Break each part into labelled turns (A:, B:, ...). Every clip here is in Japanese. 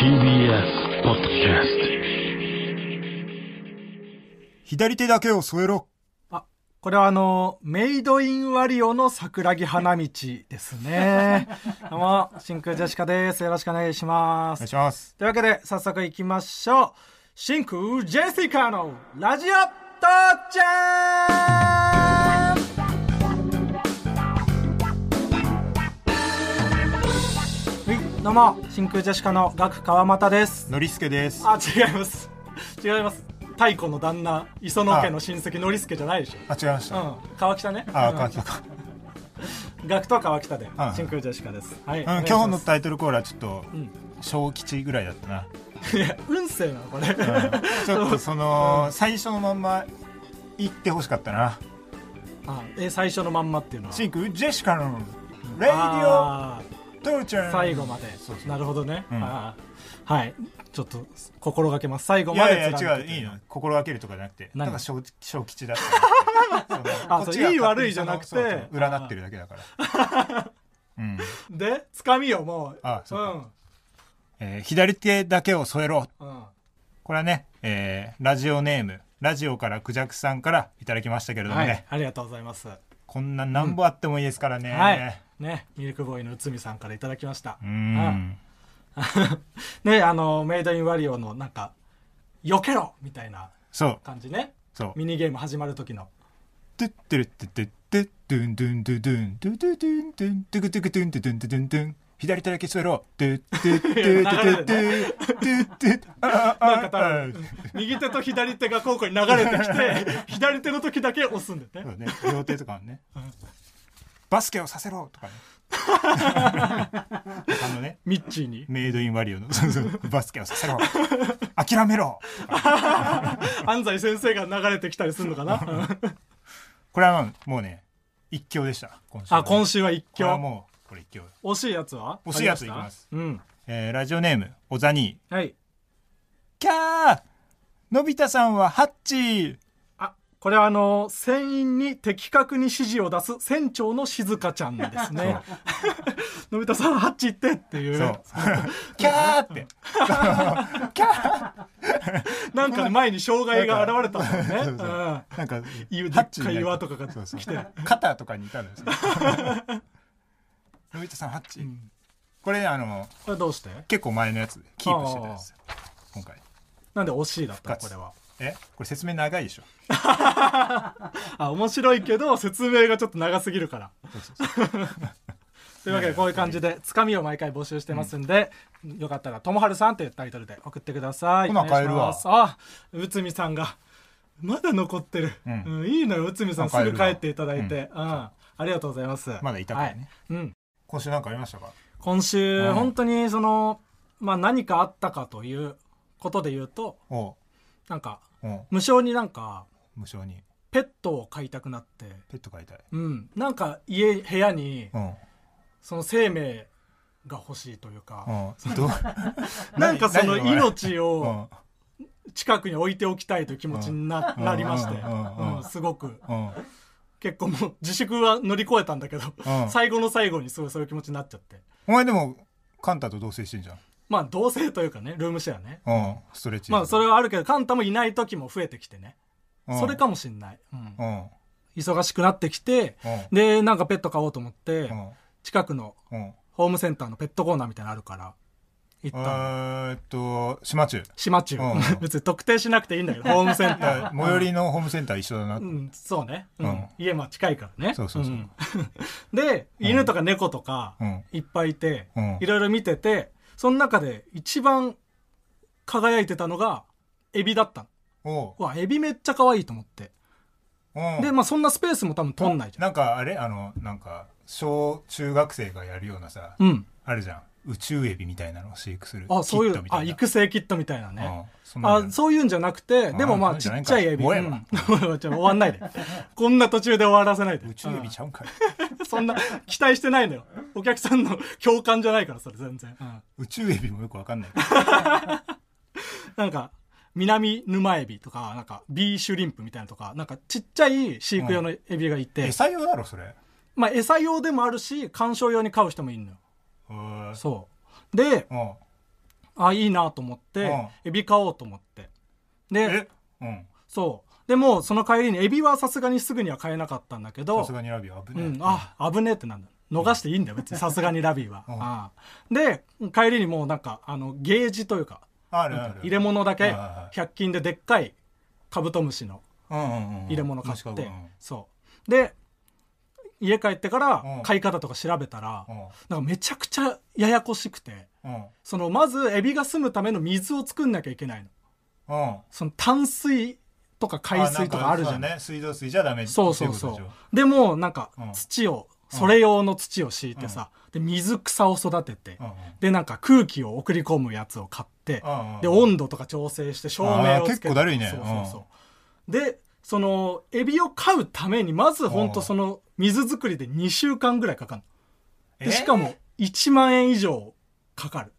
A: TBS ポッドキャスト
B: 左手だけを添えろ。
C: あ、これはあの、メイドインワリオの桜木花道ですね。どうも、真空ジェシカです。よろしくお願いし
B: お
C: ま
B: 願い
C: す。
B: します。
C: というわけで、早速行きましょう。真空ジェシカのラジオ父ちゃんはい、どうも、真空ジェシカのガク川又です。
B: のりすけです。あ、
C: あ、違います。違います。太古の旦那、磯野家の親戚、ノリスケじゃないでしょ。
B: 違いました。
C: うん、川北ね。
B: あ、
C: うん
B: 川北か。
C: 学と川北で
B: は、い
C: 真空ジェシカです。はい。
B: うん、
C: お願いし
B: 今日
C: ま
B: の
C: す
B: タイトルコールはちょっと、小吉ぐらいだった な。
C: いや、運勢なの、これ。
B: ちょっとその、最初のまんま、言ってほしかったな。
C: あえ、最初のまんまっていうのは。
B: シンク、ジェシカの、レイディ
C: あー
B: オ、トーチャー。
C: 最後まで
B: そう。そう
C: なるほどね。
B: ん
C: あーはい。ちょっと、心がけます。最後
B: い
C: まで
B: やい
C: 貫
B: や、違
C: け
B: う、
C: て
B: いいの。心がけるとかじゃなくて、
C: 何
B: なんか小小吉だったな。その
C: あそう
B: こっちが
C: いい悪いじゃなくて
B: そうそう占ってるだけだから。うん。
C: で、つかみよ、もう。
B: あそう
C: うん。
B: えー左手だけを添えろ。
C: うん。
B: これはね、えーラジオネームラジオからクジャクさんからいただきましたけれども
C: は
B: ね、
C: い。ありがとうございます。
B: こんなんなんぼあってもいいですからね、
C: はい。ね、ミルクボーイの内海さんからいただきました。
B: うーん
C: ね、あの、メイドインワリオの、なんか、避けろみたいな
B: そう
C: 感じね。
B: そう
C: ミニゲーム始まる時の。
B: トゥットゥルットゥットゥットゥッドゥンドゥンドゥドゥンドゥドゥドゥンドゥンドゥクドゥクドゥンドゥドゥンドゥドゥンドゥン左手だけ添えろトゥットゥットゥットゥットゥットゥットゥットゥッあああ
C: なんか多
B: ああ
C: 分右手と左手が交互に流れてきて 左手の時だけ押すんだよ
B: そ
C: ね
B: うね両手とかはねバスケをさせろとかねあのね
C: ミッチーに
B: メイドインワリオの そうそうバスケをさせろ諦めろ
C: 安西先生が流れてきたりするのかな
B: これはまあもうね一強でした今週は
C: あ今週は一
B: これは
C: 挙
B: もうこれ一強、
C: 惜しいやつは
B: 惜しいやついきます
C: ありした
B: えーラジオネームおざに
C: うんはい
B: キャーのび太さんはハッチ
C: あこれはあの船員に的確に指示を出す船長の静香ちゃんですね のび太さんハッチ行ってっていう
B: そうキャーって
C: なんかね前に障害が現れたんだよね
B: そうそう
C: うん
B: なんか
C: 言う
B: ハッチにな
C: でっかい
B: る
C: 岩とかが
B: そうそう
C: 来て
B: 肩とかにいたんですよのび太さんハッチ、これねあの
C: これどうして
B: 結構前のやつでキープしてたんですよ今回
C: なんで惜しいだったの
B: 復
C: こ
B: 活
C: れは
B: えこれ説明長いでしょ
C: あ面白いけど説明がちょっと長すぎるから。というわけでこういう感じでつかみを毎回募集してますんで、よかったら「ともはるさん」というタイトルで送ってください。
B: ほな
C: お願いし
B: 帰るわ
C: ますあ内海さんがまだ残ってる、
B: うん
C: うんいいのよ内海さん
B: ほな帰
C: すぐ
B: る
C: 帰
B: わ
C: っていただいて、うんありがとうございます。
B: まだいたからね
C: はいうん、
B: 今週なんかありましたか
C: 今週、
B: うん
C: 本当にその、まあ、何かあったかということで言うと
B: おう
C: なんか
B: おう
C: 無償になんか
B: 無償に
C: ペットを飼いたくなって。
B: ペット飼いたい
C: うん、なんか家部屋に
B: うん
C: その生命が欲しいというか、
B: うんどう
C: なんかその
B: 何何
C: 命
B: う
C: を
B: ん
C: 近くに置いておきたいという気持ちにな,、
B: うん
C: なりまして、
B: うんうんうん
C: うんすごく
B: うん
C: 結構もう自粛は乗り越えたんだけど、
B: うん
C: 最後の最後にすごいそういう気持ちになっちゃって
B: お前でもカンタと同棲してんじゃん
C: まあ同棲というかねルームシェアね
B: うんストレッチ
C: まあそれはあるけどカンタもいない時も増えてきてね、
B: うん
C: それかもしんない、うん
B: うんうん
C: 忙しくなってきて、
B: う
C: でなんかペット飼おうと思って、近くの
B: うん
C: ホームセンターのペットコーナーみたいなのあるから行った
B: え
C: の
B: ーっと島中
C: 島中、
B: うん
C: 別に特定しなくていいんだけ どホームセン
B: い
C: ター
B: や最寄りのホームセンター一緒だな
C: うん、そうね、うん
B: うん
C: 家も近いからね
B: そうそうそうん
C: で犬とか猫とか
B: うん
C: いっぱいいて、
B: うん
C: いろいろ見ててその中で一番輝いてたのがエビだったの
B: おう
C: うわエビめっちゃ可愛いと思って
B: うん
C: でまあそんなスペースも多分取んないじゃん
B: なんかあれあのなんか小中学生がやるようなさ
C: うん
B: あるじゃん宇宙エビみたいなのを飼育する
C: あそうい
B: キット
C: う
B: みた
C: あ
B: いな
C: 育成キットみたいなね
B: あそんなの
C: あそういうんじゃなくてでもまあ
B: あ
C: ち
B: そうい
C: っ
B: うん
C: ち
B: じゃ
C: ゃ
B: ないいんか
C: エビ
B: もうええ
C: う
B: わ
C: ん ちょ終わんないでこんな途中で終わらせないで
B: 宇宙エビちゃうんかい
C: そんな期待してないのよお客さんの共感じゃないからそれ全然、うん
B: 宇宙エビもよくわかんないけど
C: なんか南沼エビとかなんかビーシュリンプみたいなのとかなんかちっちゃい飼育用のエビがいて、
B: 餌用だろそれ
C: まあ餌用でもあるし観賞用に飼う人もいるのよ
B: へー
C: そうで
B: うん
C: あいいなと思って、
B: うん
C: エビ買おうと思ってで
B: えうん
C: そうでもその帰りにエビはさすがにすぐには買えなかったんだけど
B: さすがにラビは危
C: う
B: ない、
C: ん、あ危ねえってなんだ逃していいんだよ別にさすがにラビーは、
B: うん
C: ああで帰りにもうなんかあのゲージというか
B: あるある
C: 入れ物だけ
B: はいはい
C: 100均ででっかいカブトムシの入れ物買って、
B: うんうんうん
C: そうで家帰ってか
B: う
C: ら
B: ん
C: 買い方とか調べたら、
B: うん
C: なんかめちゃくちゃややこしくて
B: うん
C: そのまずエビが住むための水を作んなきゃいけないの
B: うんうん
C: その淡水とか海水とかあるじゃ
B: ん
C: ない
B: かそうだね水道水じゃダメ
C: そうそうそ
B: っていうこ
C: うでもなんか
B: うん
C: 土を、それ用の土を敷いてさ、で水草を育て
B: と
C: て、
B: でしょ
C: でなんか空気を送り込むやつを買って、
B: うんうん
C: で温度とか調整して照明をつけて
B: あー結構だるいね
C: そうそうそう、でそのエビを飼うためにまずほんとその水作りで2週間ぐらいかかる
B: うん
C: でしかも1万円以上かかる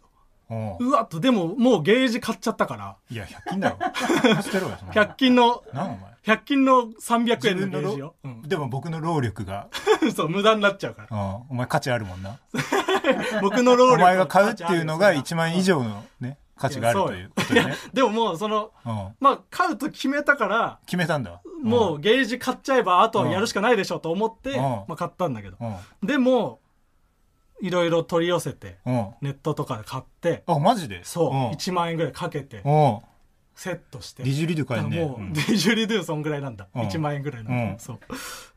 B: えーうん
C: うわっとでももうゲージ買っちゃったから
B: いや100均だろ捨てろよそんなの
C: 100均の
B: なんお前
C: 100均の300円のゲ
B: 自分の
C: ー
B: ろ
C: ジよ、うん、
B: でも僕の労力が、
C: そう無駄になっちゃうから
B: うん、お前価値あるもんな
C: 僕の労
B: お
C: 力
B: 前が買うっていうのが1
C: 番
B: 万以上のね価値があるということでね、
C: でももうその
B: うん、
C: まあ買うと決めたから
B: 決めたんだ
C: もうゲージ買っちゃえばあとはやるしかないでしょと思って、
B: うん
C: まあ、買ったんだけど
B: うん、
C: でもいろいろ取り寄せて
B: うんうん
C: ネットとかで買って
B: あマジで
C: そう、
B: うん
C: 1万円ぐらいかけて
B: うん
C: セットして
B: リジュリドゥ買えんね
C: だからもう、デジュリドゥそんぐらいなんだ、
B: うん
C: 1万円ぐらいなんだ、
B: うん
C: そう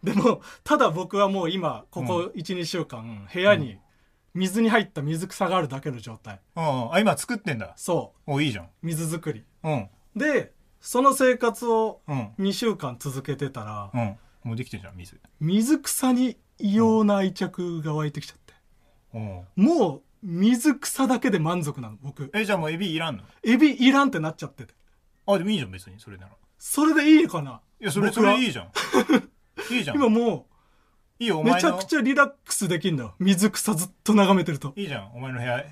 C: でもただ僕はもう今ここ12、週間部屋に水に入った水草があるだけの状態
B: うんうんあ今作ってんだ
C: そ
B: おいいじゃん
C: う水作り
B: うん
C: でその生活を
B: うん
C: 2週間続けてたら、
B: うんもうできてるじゃん水
C: 水草に異様な愛着が湧いてきちゃって
B: うん
C: もう水草だけで満足なの僕
B: えじゃあもうエビいらんの
C: エビいらんってなっちゃってて
B: あでもいいじゃん別にそれなら
C: それでいいかない
B: やそれそ
C: 僕は
B: れいいじゃ んいいじゃん
C: 今も
B: いいよお
C: う
B: 前の
C: めちゃくちゃリラックスできんだよ水草ずっと眺めてると
B: いいじゃんお前の部屋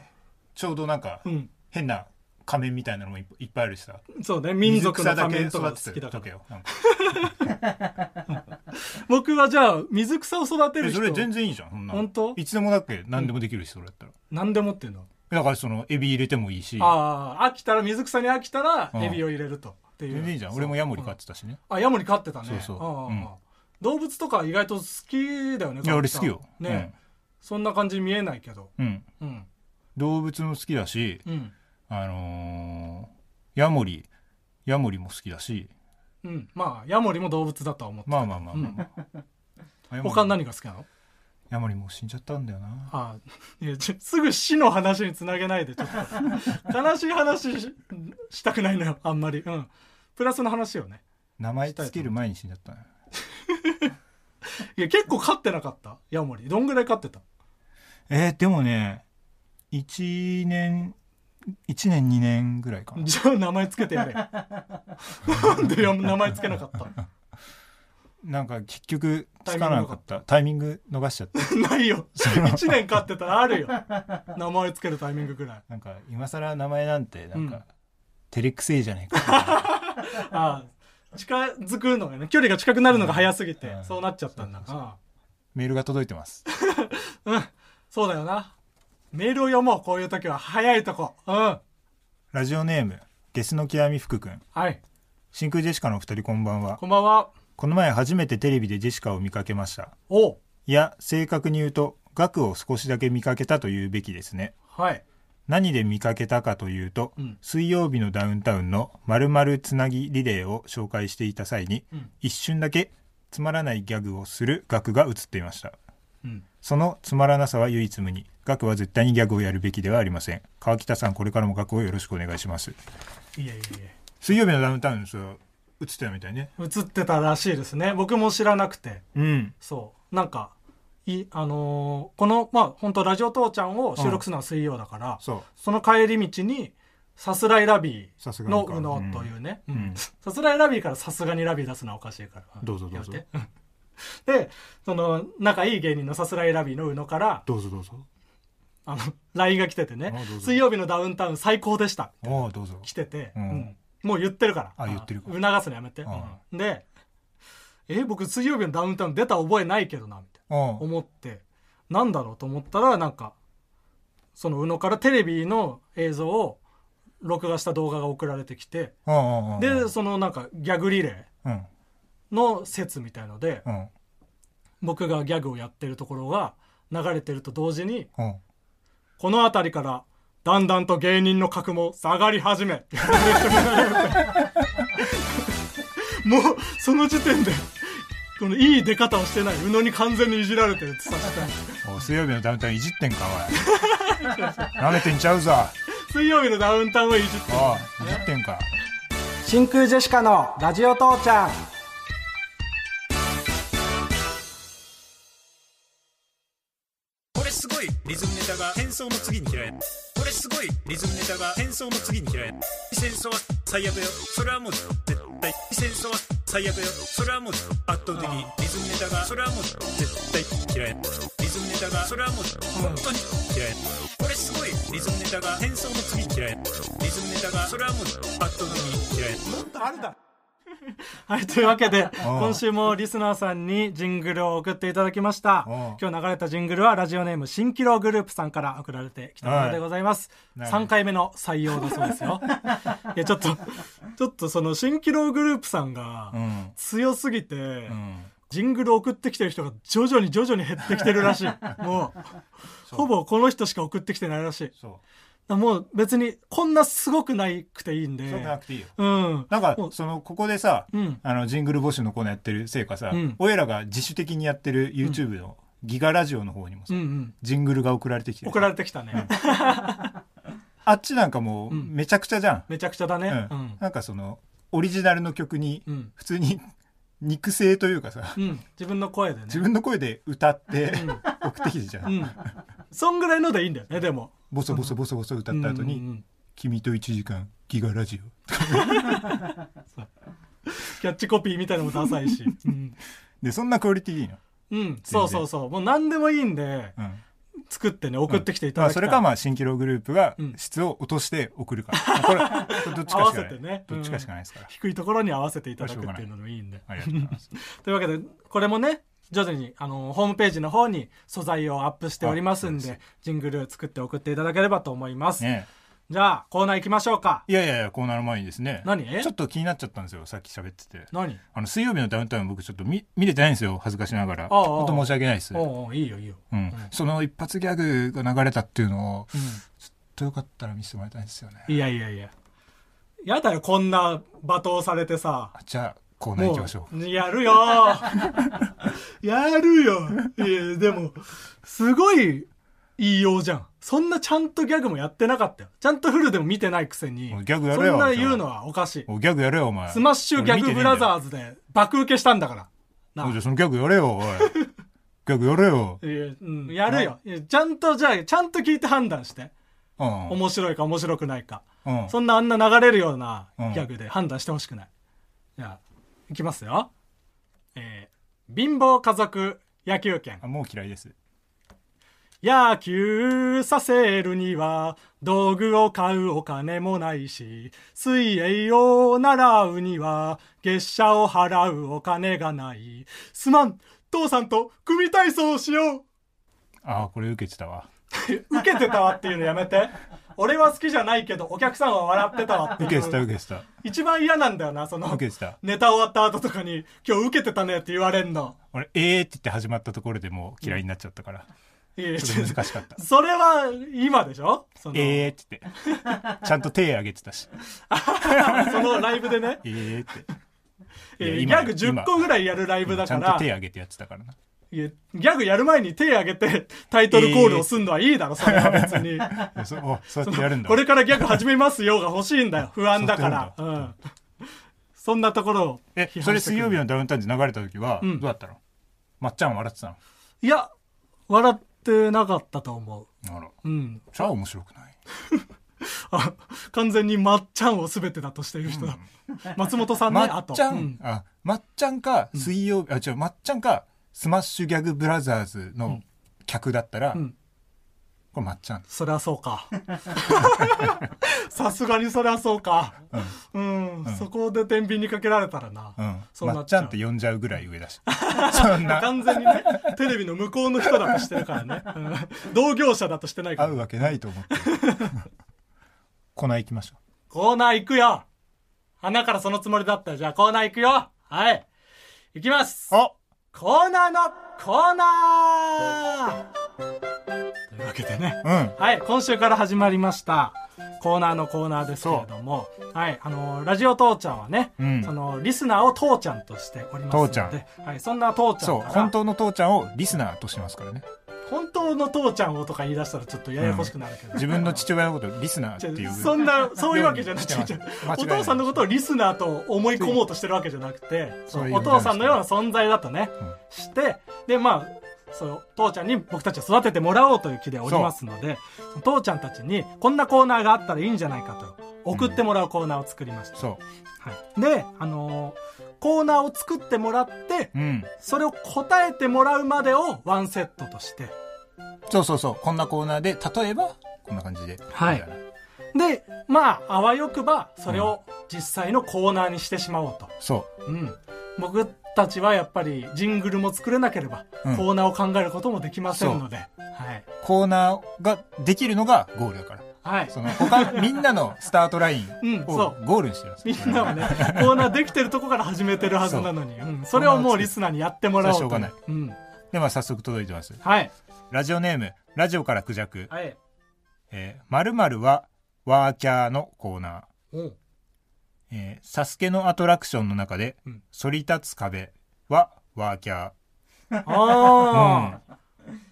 B: ちょうどなんか
C: うん
B: 変な仮面みたいなのもいっいっぱいあるしさ
C: そうね民族の仮面とか
B: 水草
C: 好
B: だ
C: き
B: け
C: だ
B: 育
C: か
B: てて
C: ら
B: よなんか
C: 僕はじゃあ水草を育て
B: え
C: る
B: そ
C: 人
B: れ全然いいじゃんそんなの
C: 本当
B: いつでもだっけ何でもできるしそれだったら
C: 何でもっていうの
B: だからそのエビ入れてもいいし
C: ああ飽きたら水草に飽きたら
B: うん
C: エビを入れるとっていう
B: 全然いいじゃん俺もヤモリ飼ってたしね
C: あヤモリ飼ってたね
B: そうそう
C: ああ
B: うん
C: 動物とか意外と好きだよね
B: いや俺好きよ
C: ね、そんな感じに見えないけど
B: うんうん
C: うん
B: 動物も好きだし
C: うん
B: あのーヤモリヤモリも好きだし
C: うんまあヤモリも動物だとは思って
B: まあまあまあまあまああヤモリ
C: 他何が好きなの
B: ヤモリもう死んじゃったんだよな
C: あいやちょすぐ死の話につなげないでちょっと 悲しい話ししたくないのよあんまりうんプラスの話よね
B: 名前つける前に死んじゃったね
C: いや結構飼ってなかったヤモリどんぐらい飼ってた
B: えー、でもね1年1年2年ぐらいかな
C: じゃあ名前つけてやれなんでや名前つけなかった
B: なんか結局つかなかったタイミング逃しちゃった
C: ないよ1年飼ってたらあるよ名前つけるタイミングぐらい
B: なんか今更名前なんてなんか、
C: うん
B: 照れくせえじゃねえか
C: ああ近づくのがね距離が近くなるのが早すぎて
B: うん
C: そうなっちゃったんだあ
B: メールが届いてます
C: あうんそうだよなメールを読もうこういう時は早いとこうんは
B: ラジオネームゲスの極み福くん
C: い
B: 真空ジェシカのお二人こんばんは
C: こんばんは
B: この前初めてテレビでジェシカを見かけました
C: おう
B: いや正確に言うとガクを少しだけ見かけたというべきですね
C: はい
B: 何で見かけたかというと、
C: うん
B: 水曜日のダウンタウンの「まるつなぎリレー」を紹介していた際に、
C: ん
B: 一瞬だけつまらないギャグをするガクが映っていました
C: うん
B: そのつまらなさは唯一無二ガクは絶対にギャグをやるべきではありません川北さんこれからもガクをよろしくお願いします
C: いえいえいえ
B: 水曜日のダウンタウンそう映ってたみたいね
C: 映ってたらしいですね僕も知らなくて
B: うん
C: そうなんかいあのーこのまあ本当ラジオ父ちゃんを収録するのは水曜だから、
B: そう
C: その帰り道にさすらいラビ
B: さす
C: ー
B: がに
C: の
B: か
C: うのというね
B: ん
C: うん
B: うん
C: さすらいラビーからさすがにラビー出すのはおかしいから
B: どうぞどうぞ
C: やめてでその仲いい芸人のさすらいラビーのうのから
B: どうぞどうぞ
C: あの LINE が来ててね
B: あどうぞ
C: 「水曜日のダウンタウン最高でした」
B: ああどうぞ
C: 来てて、
B: うん
C: うんもう言ってるから
B: あ言ってるか
C: 促すのやめて、
B: あ
C: うんで「え僕水曜日のダウンタウン出た覚えないけどな」みたいな
B: あ
C: 思ってなんだろうと思ったらなんかその宇野からテレビの映像を録画した動画が送られてきて
B: あああ
C: でそのなんかギャグリレ
B: うん
C: ーの説みたいので
B: うん
C: 僕がギャグをやってるところが流れてると同時に
B: うん
C: この辺りからだんだんと芸人の格も下がり始めもうその時点でこのいい出方をしてない宇野に完全にいじられてるってさした
B: お水曜日のダウンタウンいじってんかおい舐めてんちゃうぞ
C: 水曜日のダウンタウンをいじって
B: おいいじってんか
C: 真空ジェシカのラジオ父ちゃん
D: これすごいリズムネタが戦争の次に嫌いこれすごいリズムネタが戦争の次に嫌い戦争は最悪よそれはもう絶対戦争は最悪よそれはもう圧倒的リズムネタがそれはもう絶対嫌いリズムネタがそれはもう本当に嫌いこれすごいリズムネタが戦争の次に嫌いリズムネタがそれはもう圧倒的に嫌い
C: はい というわけで今週もリスナーさんにジングルを送っていただきました
B: おう
C: 今日流れたジングルはラジオネーム新キログループさんから送られてきたものでございます、
B: はい
C: 3回目の採用だそうです よいやちょっとちょっとその新キログループさんが
B: うん
C: 強すぎて、
B: うん
C: ジングル送ってきてる人が徐々に徐々に減ってきてる らしいもうほぼこの人しか送ってきてないらしい
B: そ
C: もう別にこんなすごくないくていいん
B: う
C: で。
B: そうなくていいよ
C: うん。
B: なんか
C: もう
B: そのここでさ、
C: うん
B: あのジングル募集のコーナーやってるせいかさ、
C: うん
B: 俺らが自主的にやってる YouTube のギガラジオの方にもさ、
C: うんうん。
B: ジングルが送られてきてる
C: 送られてきたね。
B: あっちなんかもうめちゃくちゃじゃん、
C: めちゃくちゃだね。
B: う
C: うんん。
B: なんかそのオリジナルの曲に
C: うん
B: 普通に肉声というかさ、
C: うん。自分の声でね。
B: 自分の声で歌って送ってきてるじゃん、
C: うん。そんぐらいのでいいんだよね、でも。
B: ボソボソボソボソ歌った後に「
C: うんうんうん
B: 君と1時間ギガラジオ
C: キャッチコピーみたいなのもダサい し。うん。」
B: でそんなクオリティでいいの、
C: うん。そうそうそう。もう何でもいいんで、
B: うん
C: 作ってね、送ってきていた
B: まあ、
C: だき
B: そ
C: たい。
B: れかまあ新キログループが
C: うん
B: 質を落として送るから、これこれどっちかしか
C: 合わ
B: な
C: せ
B: い、
C: てね
B: どっちかしかないですから、
C: 低いところに合わせていただくっていうのもいいんで。
B: ありがとうございます
C: というわけでこれもね徐々にあのホームページの方に素材をアップしておりますん
B: あ
C: で
B: そう
C: ジングル作って送っていただければと思います、
B: ね
C: じゃあコーナー行きましょうか
B: いやいやいやコーナーの前にですね
C: 何
B: ちょっと気になっちゃったんですよさっき喋ってて
C: 何
B: あの水曜日のダウンタウン僕ちょっと見見れてないんですよ恥ずかしながら
C: ああ
B: 本当申し訳ないです、
C: おうおういいよいいよ、
B: うん、その一発ギャグが流れたっていうのをちょっ
C: う
B: とよかったら見せてもらいたいんですよね
C: ん、いやいやいややだよこんな罵倒されてさ
B: あじゃあコーナー行
C: も
B: きましょう
C: うや るよやるよいやでもすごいいいようじゃんそんなちゃんとギャグもやってなかったよちゃんとフルでも見てないくせに
B: もうギャグやれよ
C: そんな言うのはおかしい
B: おギャグやれよお前
C: スマッシュギャグブラザ
B: ー
C: ーズで爆受けしたんだから。な
B: じゃあそのギャグやれ よおいギャグやれよ
C: いやうんやるよ。いやちゃんと、じゃあ、ちゃんと聞いて判断して。
B: うん
C: 面白いか面白くないか。
B: うん
C: そんなあんな流れるようなギ
B: うん
C: ャグで判断してほしくない。じゃあ、いきますよ。えー、貧乏家族野球拳
B: あ。もう嫌いです
C: 野球させるには道具を買うお金もないし水泳を習うには月謝を払うお金がないすまん父さんと組体操をしよ
B: ああこれ受けてたわ
C: う受けてたわっていうのやめて俺は好きじゃないけどお客さんは笑ってたわっていう
B: 受けてた受けてた
C: 一番嫌なんだよなその
B: 受けてた
C: ネタ終わった後とかに今日受けてたねって言われんの
B: 俺えーって言って始まったところでもう嫌いになっちゃったから、
C: いやいや
B: ちょっと難しかった
C: それは今でしょその,、
B: えーって言ってちゃんと手挙げてたし
C: そのライブ でね
B: えーって
C: え
B: いや
C: ーギ
B: 今
C: ャグ10個ぐらいやるライブだ
B: ち
C: か
B: ゃん
C: ら
B: と、手挙げてやってたからない
C: やギャグやる前に手挙げてタイトルコールをすんのはいいだろ、それは別に。
B: いやそおそうやってやるんだ
C: これからギャグ始めますよが欲しいんだよ、不安だから。
B: そ
C: うん。そんなところを
B: え
C: 批判してくる
B: それ水曜日のダウンタウンで流れた時はどうだったの、まっちゃん笑ってたの
C: いや、笑ってなかったと思
B: あら
C: う。うん。
B: じゃあ面白くない
C: あ、 完全にまっちゃんを全てだとしている人だ。松本さんね、
B: ま
C: あ
B: っ
C: と。
B: ちゃ、
C: うん
B: あまっちゃんか水曜日あ違うまっちゃんかスマッシュギャグブラザーズの客だったら
C: ん
B: これまっちゃん
C: そりゃそ うか。さすがにそりゃそうか。うん、そこで天秤にかけられたらな。
B: うん
C: そう
B: ま
C: なっ
B: っ
C: ち
B: ち
C: ゃう
B: ゃんって呼んじゃうぐらい上だ しそんな
C: 完全にね、テレビの向こうの人だとしてるか らね。うん同業者だとしてないか
B: 会う
C: ら。
B: わけないと 思ってこない行きましょ
C: コーナー行くよ花からそのつもりだったよじゃあコーナー行くよはい。行きます
B: うあ
C: コーナーのコーナーというわけでね。
B: うん
C: はい、今週から始まりました。コーナーのコーナーですけれども、はい、あのーラジオ父ちゃんはね、
B: うん
C: その、リスナーを父ちゃんとしておりますので、
B: 父ちゃ
C: はい、そんな父ちゃん
B: そう
C: から
B: 本当の父ちゃんをリスナーとしますからね
C: 本当の父ちゃんをとか言い出したらちょっとややこしくなるけど、
B: 自分の父親のことをリスナーって
C: 違
B: いう
C: うそんな、そういうわけじゃなくて、
B: ようにして
C: 違う
B: ます
C: お
B: 間違いない
C: 父さんのことをリスナーと思い込もうとしてるわけじゃなくて、
B: そう
C: そう
B: いう
C: お父さんのような存在だとね、
B: ん
C: して、で、まあ、そう父ちゃんに僕たちは育ててもらおうという気でおりますので、その父ちゃんたちにこんなコーナーがあったらいいんじゃないかと送ってもらうコーナーを作りました。
B: そ
C: はい、で、あのーコーナーを作ってもらって、
B: ううん
C: それを答えてもらうまでをワンセットとして、
B: そうそうそうこんなコーナーで例えばこんな感じで
C: はいで、まあ、あわよくば、それを実際のコーナーにしてしまおうと。
B: そ
C: うん、僕たちはやっぱりジングルも作れなければ、
B: うん
C: コーナーを考えることもできませんので、はい、
B: うコーナーができるのがゴールだから
C: はい、
B: その 他みんなのスタートライン
C: うんそ
B: を
C: う
B: ゴールにしてるん です
C: み
B: よ
C: んな はね、コーナーできてるとこから始めてるはずなのに、うんそれをもうリスナーにやってもらおうと。
B: それはしょ
C: うん、
B: では早速届いてます
C: はい、
B: ラジオネームラジオからクジャク
C: はい、
B: えー、○○はワーキャーのコーナー
C: お
B: えーサスケのアトラクションの中で、
C: うん
B: 反り立つ壁はワーキャ
C: ああ、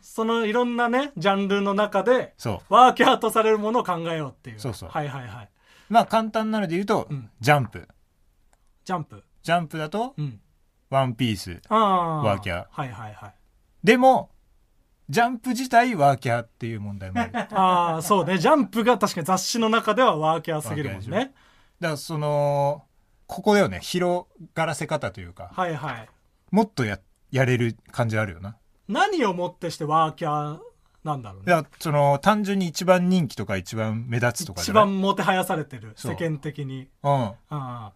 C: そのいろんなね、ジャンルの中で、
B: そ
C: ワーキャーとされるものを考えようっていう。
B: そうそう
C: はいはいはい。
B: う。まあ簡単なので言うと、
C: うん
B: ジャンプ。
C: ジャンプ。
B: ジャンプだと、
C: うん。
B: ワンピース。
C: ああ。
B: ワーキャー
C: はいはいはい。
B: でも、ジャンプ自体ワーキャーっていう問題 もある。だか
C: ああ、そうね。ジャンプが確かに雑誌の中ではワーキャーすぎるもん
B: ワー
C: ね。
B: らその、ここだよね、広がらせ方というか、
C: はいはい。
B: もっとや、やれる感じあるよな。
C: 何をもってしてワーキャーなんだろうね。
B: だからその、単純に一番人気とか一番目立つとかじ
C: 一
B: ゃない
C: 番もてはやされてる。
B: そう
C: 世間的に。
B: うん。
C: ああ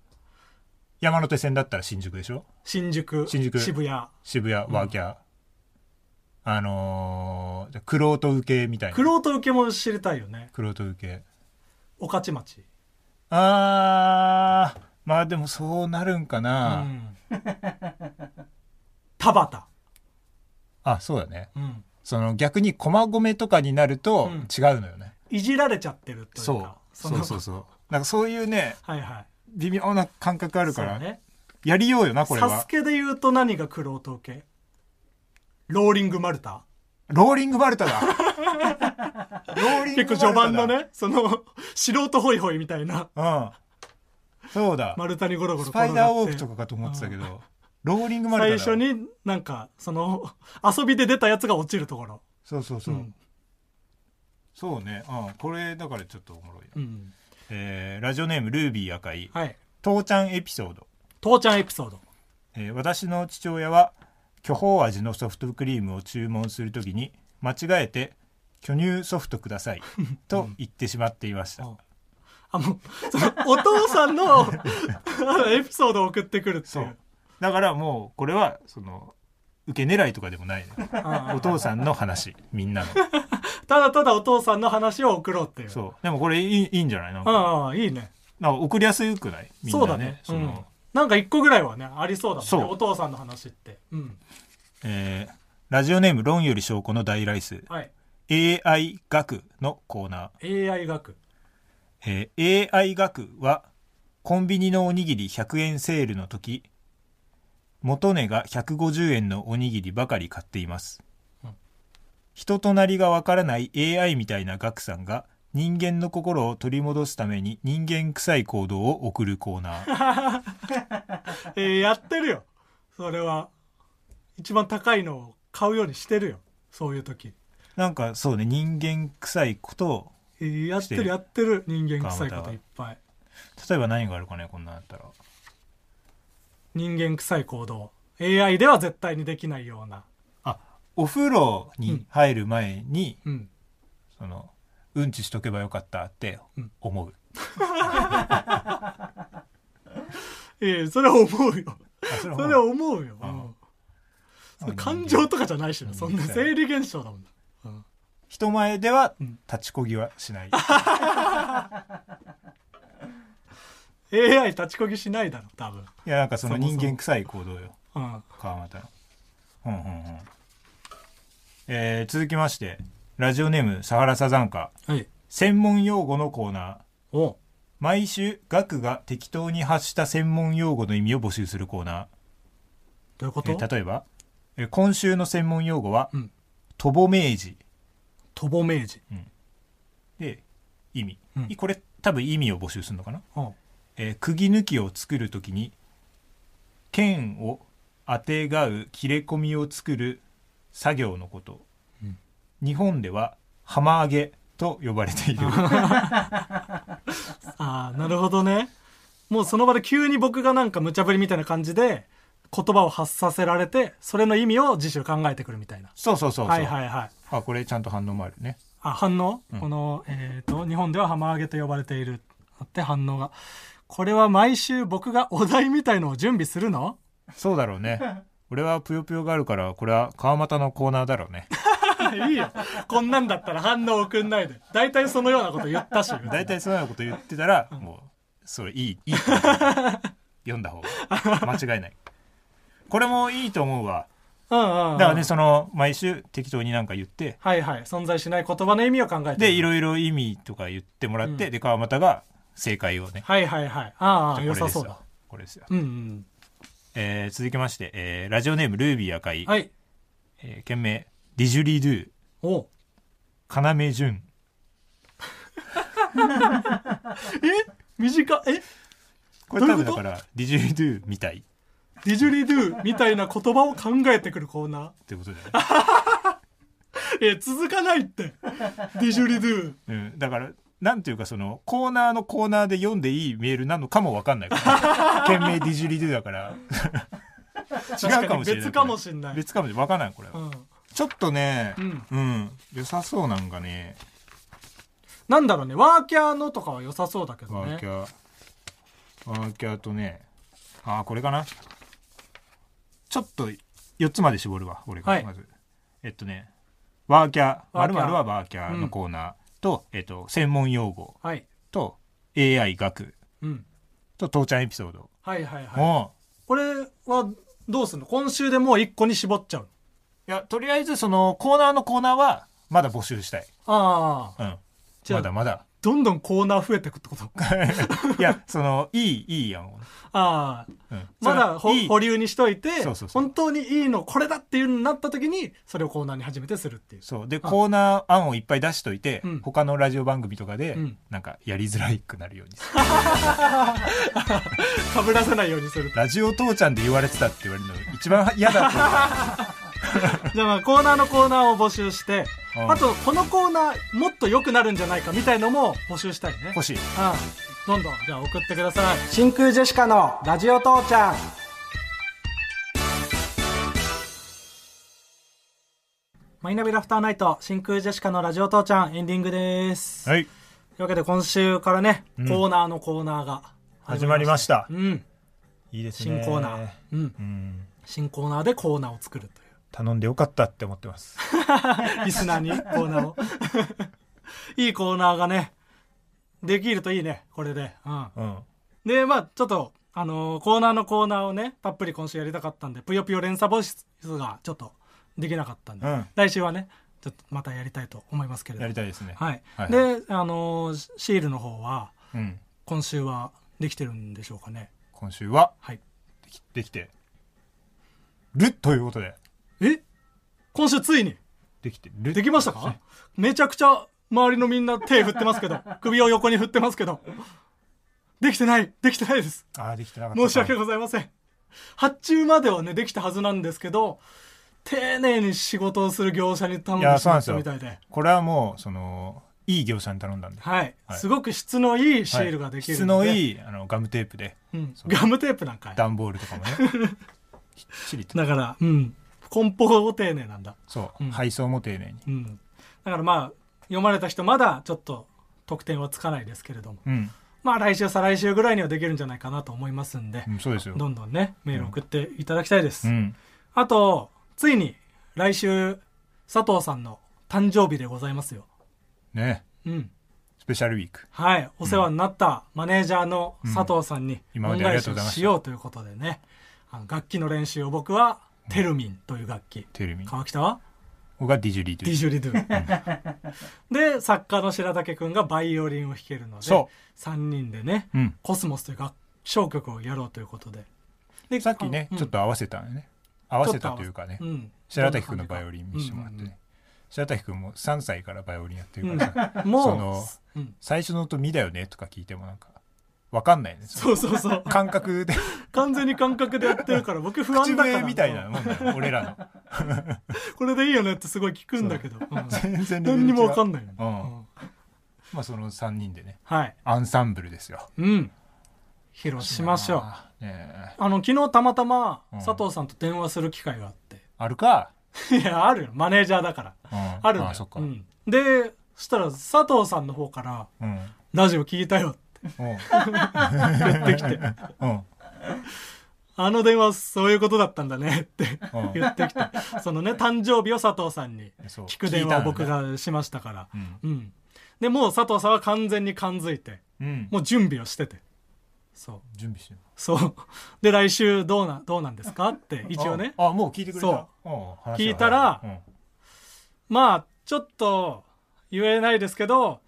B: 山手線だったら新宿でしょ
C: 新宿、
B: 新宿
C: 渋谷。
B: 渋谷ワーキャー。あのー、クロート受けみたいな。
C: クロート受けも知りたいよね。
B: クロート受け。
C: 御徒町。
B: あー、まあでもそうなるんか
C: う
B: な。
C: ん。 田畑。
B: あ、そうだね。
C: うん。
B: その逆に駒込とかになると
C: うん
B: 違うのよね。
C: いじられちゃってるというか。
B: そう。
C: の
B: そうそうそう。なんかそういうね、
C: はいはい。
B: 微妙な感覚あるから、
C: そうね。
B: やりようよな、これ
C: サス
B: は。
C: ケで言うと何がクロート受けローリングマルタ
B: ローリングバルタ だ。ローリングバルタだ。
C: 結構序盤の。ね、その、 素人ホイホイみたいな、
B: うん。そうだ。
C: 丸太にゴロゴロ
B: スパ
C: 転がって
B: イダーウォークとかかと思ってたけど、ローリングバルタ
C: 最
B: だ。
C: 初。になんか、その、 遊びで出たやつが落ちるところ。
B: そうそうそうう。
C: ん。
B: そうね。うん。これ、だからちょっとおもろいな。
C: うん。
B: えーラジオネーム、ルービー赤い。
C: はい。
B: 父ちゃんエピソード。
C: 父ちゃんエピソード。
B: えー私の父親は巨峰味のソフトクリームを注文するときに間違えて「巨乳ソフトくだ さい」と言ってしまっていました、
C: うんあ、もう、その、お父さんの、あ のエピソードを送ってくるって
B: そ
C: いうう。
B: だからもうこれはその受け狙いとかでもない、ね、
C: あ
B: お父さんの話み んなの
C: ただただお父さんの話を送ろうっていう。う。
B: そうでもこれいいいいんじゃないなんか
C: ああ、いいね。
B: なんか送りやすくないみんな、ね、
C: そうだね。う
B: その、
C: ん。なんか一個ぐらいはね、ありそうだもん
B: そ
C: ね。
B: う
C: お父さんの話って。うん。
B: えーラジオネーム「論より証拠の大ライス
C: はい。」
B: AI 学のコーナー
C: AI 学。
B: えー AI 額はコンビニのおにぎり100円セールの時元値が150円のおにぎりばかり買っています人となりがわからない AI みたいな額さんが人間の心を取り戻すために人間臭い行動を送るコーナ ー
C: えーやってるよ。それは。一番高いのを買うようにしてるよ。そういう時
B: なんかそうね人間臭いことを
C: えーやっ
B: して
C: て
B: る
C: るやってる人間臭い
B: 川端
C: こと
B: はい
C: っぱい
B: 例えば何があるかねこんなんだったら
C: 人間臭い行動 AI では絶対にできないような
B: あお風呂に入る前に、
C: うん
B: そのうんちしとけばよかったって思う、
C: ええそれは思う よ
B: あそれは
C: そ
B: まあ
C: れは思うよ、
B: あ
C: うん
B: まあ
C: それ感情とかじゃないしなそんな
B: 人間
C: 生理現象だもんな
B: 人前では
C: うん
B: 立ちこぎはしない、
C: AI 立ちこぎしないだろ多分
B: いやなんかその
C: そもそ
B: 人
C: も
B: 間臭い行動よ
C: うん
B: 川又のうんうんうんえー続きましてラジオネームサハラサザンカ
C: はい
B: 専門用語のコーナー
C: お
B: 毎週額が適当に発した専門用語の意味を募集するコーナ
C: どういうこ
B: ー、え
C: と
B: ー例えば、えー今週の専門用語は
C: うん
B: 「とぼ明治
C: トボ明治」
B: で意味、
C: うん
B: いこれ多分意味を募集するのかな、
C: うん
B: えー釘抜きを作るときに剣をあてがう切れ込みを作る作業のこと、
C: うん
B: 日本では浜揚げと呼ばれている
C: ああなるほどねもうその場で急に僕がなんか無茶ぶりみたいな感じで言葉を発させられてそれの意味を次週考えてくるみたいな
B: そうそうそうそう、
C: はいはいはい
B: あこれちゃんと反応もあるね
C: あ反応、
B: ん
C: この、えー、と日本では浜揚げと呼ばれているあって反応がこれは毎週僕がお題みたいのを準備するの
B: そうだろうね俺はぷよぷよがあるからこれは川又のコーナーだろう ね
C: いいよこんなんだったら反応送んないで大体その ようなこと言ったし
B: 大体そういうこと言ってたらもうそれいいいい 読んだ方が間違いないこれもいいと思うわ
C: うんうん、うん、
B: だからねその毎週適当になんか言って
C: はいはい存在しない言葉の意味を考えてる
B: でいろいろ意味とか言ってもらって、で川又が正解をね
C: はいはいはいああ
B: じゃあこれ
C: 良さ
B: です
C: そう
B: よ
C: だ
B: これですよ、
C: うんうん
B: えー続きまして、えーラジオネームルービー赤い、
C: はい
B: えー懸命ディジュリドゥ
C: お
B: 要潤
C: え短え
B: これ多分だ
C: どういう
B: か
C: こ
B: らディジュリドゥみたいっ
C: ディジュリドゥみたいな言葉を考えてくるコーナ
B: てことじゃない
C: ーえ続かないってディジュリドゥ
B: うん、だからなんていうかそのコーナーのコーナーで読んでいいメールなのかもわかんない から懸命ディジュリドゥだから違うかもしれない
C: 別かもしれない、
B: 別かもしれないわかんないこれ、
C: うん、
B: ちょっとね
C: うん
B: うん、良さそうなんかね
C: なんだろうねワーキャーのとかは良さそうだけど
B: ワー
C: ね
B: キャーワーキャーとねああこれかなちょっと4つまで絞るわ俺が、
C: はい
B: まずえっとねワーキャー
C: ワーキ
B: 〇
C: ャー
B: 〇はワーキャーのコーナーと、えっと専門用語
C: はい、
B: と AI 学
C: うん、
B: と父ちゃんエピソード
C: はいはいはい
B: も
C: これはどうすんの今週でもう一個に絞っちゃうの
B: ういやとりあえずそのコーナーのコーナーはまだ募集したい、
C: ああ
B: うん、
C: じゃあ
B: まだまだ
C: どんどんコーナー増えてくってこと
B: いやそのいいいいやん、
C: ああ
B: うん、
C: まだ
B: そ
C: ほ
B: のいい
C: 保留にしといて
B: そうそうそう
C: 本当にいいのこれだっていうのになった時にそれをコーナーに初めてするっていう
B: そうでコーナー案をいっぱい出しといて、
C: うん
B: 他のラジオ番組とかで、
C: うん
B: なんかやりづらいくなるようにする
C: かぶらせないようにする
B: ラジオ父ちゃんで言われてたって言われるの一番嫌だっ
C: じゃあまあコーナーのコーナーを募集して
B: うん
C: あとこのコーナーもっと良くなるんじゃないかみたいのも募集したいね
B: てほしい
C: うんどんどんじゃあ送ってください真空ジェシカのラジオ父ちゃんマイナビラフターナイト真空ジェシカのラジオ父ちゃんエンディングです、
B: はい
C: というわけで今週からね、
B: ん
C: コーナーのコーナーが
B: 始まりました
C: うん
B: いいですね
C: 新コーナー、うん、
B: うん
C: 新コーナーでコーナーを作るという
B: 頼んでよかったって思ってます
C: リスナーにコーナーを。 いいコーナーがね、できるといいね、これで。うん。
B: うん
C: で、まあ、ちょっと、あのーコーナーのコーナーをね、たっぷり今週やりたかったんで、ぷよぷよ連鎖防止がちょっとできなかったんで、
B: うん
C: 来週はね、ちょっとまたやりたいと思いますけれど
B: やり
C: も。
B: たいですね
C: はい。
B: はい
C: で、あのーシシールの方は、
B: うん、
C: 今週はできてるんでしょうかね。
B: 今週は
C: はい。
B: できできてるということで
C: え今週ついに
B: できてる
C: できましたかめちゃくちゃ周りのみんな手振ってますけど、首を横に振ってますけど、できてない、できてないです。
B: ああできてなかった
C: 申し訳ございません。発注まではね、できたはずなんですけど、丁寧に仕事をする業者に頼ん
B: い
C: で
B: や
C: し
B: そうな
C: ま
B: んで
C: っ
B: す
C: た
B: よ
C: みたいで。
B: これはもうそのいい業者に頼んだんで、
C: はい、
B: はい
C: すごく質のいいシールができる
B: 質
C: の
B: の
C: で、
B: いいあのガムテープで
C: うんガムテープなんかい
B: 段ボールとかもねきっちりと
C: だからうん梱包丁寧なんだ
B: そう、
C: うん
B: 配送も丁寧に
C: うんだからまあ読まれた人まだちょっと得点はつかないですけれども
B: うん、
C: まあ来週再来週ぐらいにはできるんじゃないかなと思いますんで
B: う、んそうですよ
C: どんどんねメール送っていただきたいです、
B: うん
C: あとついに来週佐藤さんの誕生日でございますよ
B: ね
C: うん
B: スペシャルウィーク
C: はいお世話になったマネージャーの佐藤さんに
B: うん
C: 恩
B: 今までありが
C: 返し
B: とう
C: を
B: ございました
C: しようということでねあの楽器の練習を僕はテルミンという楽器、
B: テレビ
C: 川北は
B: 僕がディジュリーと
C: デ
B: い
C: ィ
B: う
C: ジュリドゥで作家の白竹くんがバイオリンを弾けるので
B: そ
C: 3人でね、
B: うん
C: コスモス」という合唱曲をやろうということでで
B: さっきね、
C: あうん
B: ちょっと合わせたんよね合わせたというかね、
C: うん
B: 白滝君のバイオリン見せてもらってね、
C: うんうん
B: 白滝君も3歳からバイオリンやってるからさ、
C: もう
B: その
C: うん
B: 最初の音「みだよね」とか聞いてもなんかわかんないねそ
C: そうそうそう
B: の感覚で
C: 完全に感覚でやってるから 僕不安
B: 口
C: だから
B: 笛みたいなもんだよ俺らの
C: これでいいよねってすごい聞くんだけど、うん
B: 全然レベル違う
C: 何にも分かんないよね、
B: うん
C: うん
B: まあその3人でね
C: はい
B: アンサンブルですよ
C: うん披露しましょう
B: あーねえ
C: あの昨日たまたま
B: うん
C: 佐藤さんと電話する機会があって、
B: あるか、
C: いやあるよマネージャーだか
B: う
C: ら
B: ん
C: あるんだよ
B: あそっか
C: う
B: うん、
C: んでそしたら佐藤さんの方から
B: うん
C: 「ラジオ聞いた
B: う
C: よ」
B: ん
C: って言って きて「
B: うん
C: あの電話そういうことだったんだね」って
B: うん
C: 言ってきてそのね誕生日を佐藤さんに
B: そう
C: 聞く電話を僕
B: 聞いた
C: がしましたから
B: うん
C: うんでもう佐藤さんは完全に感づいて
B: うん
C: もう準備をしててそう
B: 準備してる
C: そうで来週どうなどうなんですかって一応ね
B: ああもう聞いてくれた
C: そ
B: うん話が
C: 聞いたら
B: うん
C: まあちょっと言えないですけど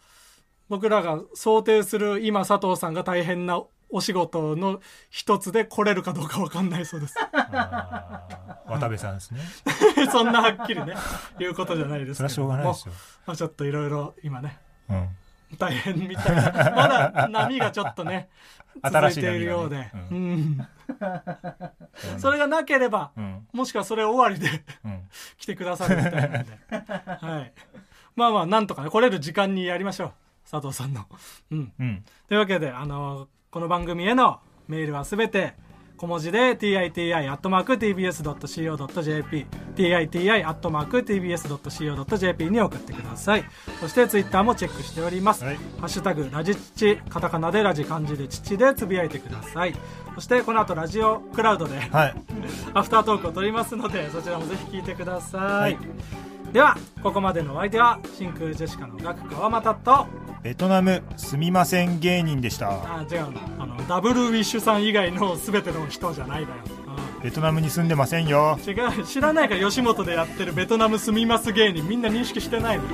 C: 僕らが想定する今佐藤さんが大変なお仕事の一つで来れるかどうか分かんないそうです
B: あー渡部さんですね
C: そんなはっきりね言うことじゃないです
B: それはしょうがないです よ、
C: まあ、ちょっといろいろ今ね
B: うん、
C: 大変みたいな まだ波がちょっとね続
B: 新
C: い
B: しい波がね
C: ているようで、
B: う
C: うんそれがなければ、
B: うん
C: もしくはそれ終わりで
B: うん
C: 来てくださるみたいなん で、はい、まあまあなんとかね来れる時間にやりましょう佐藤さんのうん
B: うん
C: というわけで、あのこの番組へのメールはすべて小文字で titi.tbs.co.jp titi.tbs.co.jp に送ってくださいそしてツイッターもチェックしております、
B: はい
C: ハッシュタグラジチカタカナでラジ漢字で父でつぶやいてくださいそしてこの後ラジオクラウドで
B: はい
C: アフタートークを取りますのでそちらもぜひ聞いてください、
B: はい
C: ではここまでのお相手は真空ジェシカのガク川又と
B: ベトナムすみません芸人でした
C: あ違うのあのダブルウィッシュさん以外の全ての人じゃないだよ、
B: ベトナムに住んでませんよ
C: うん違う知らないから吉本でやってるベトナム住みます芸人みんな認識してないのよ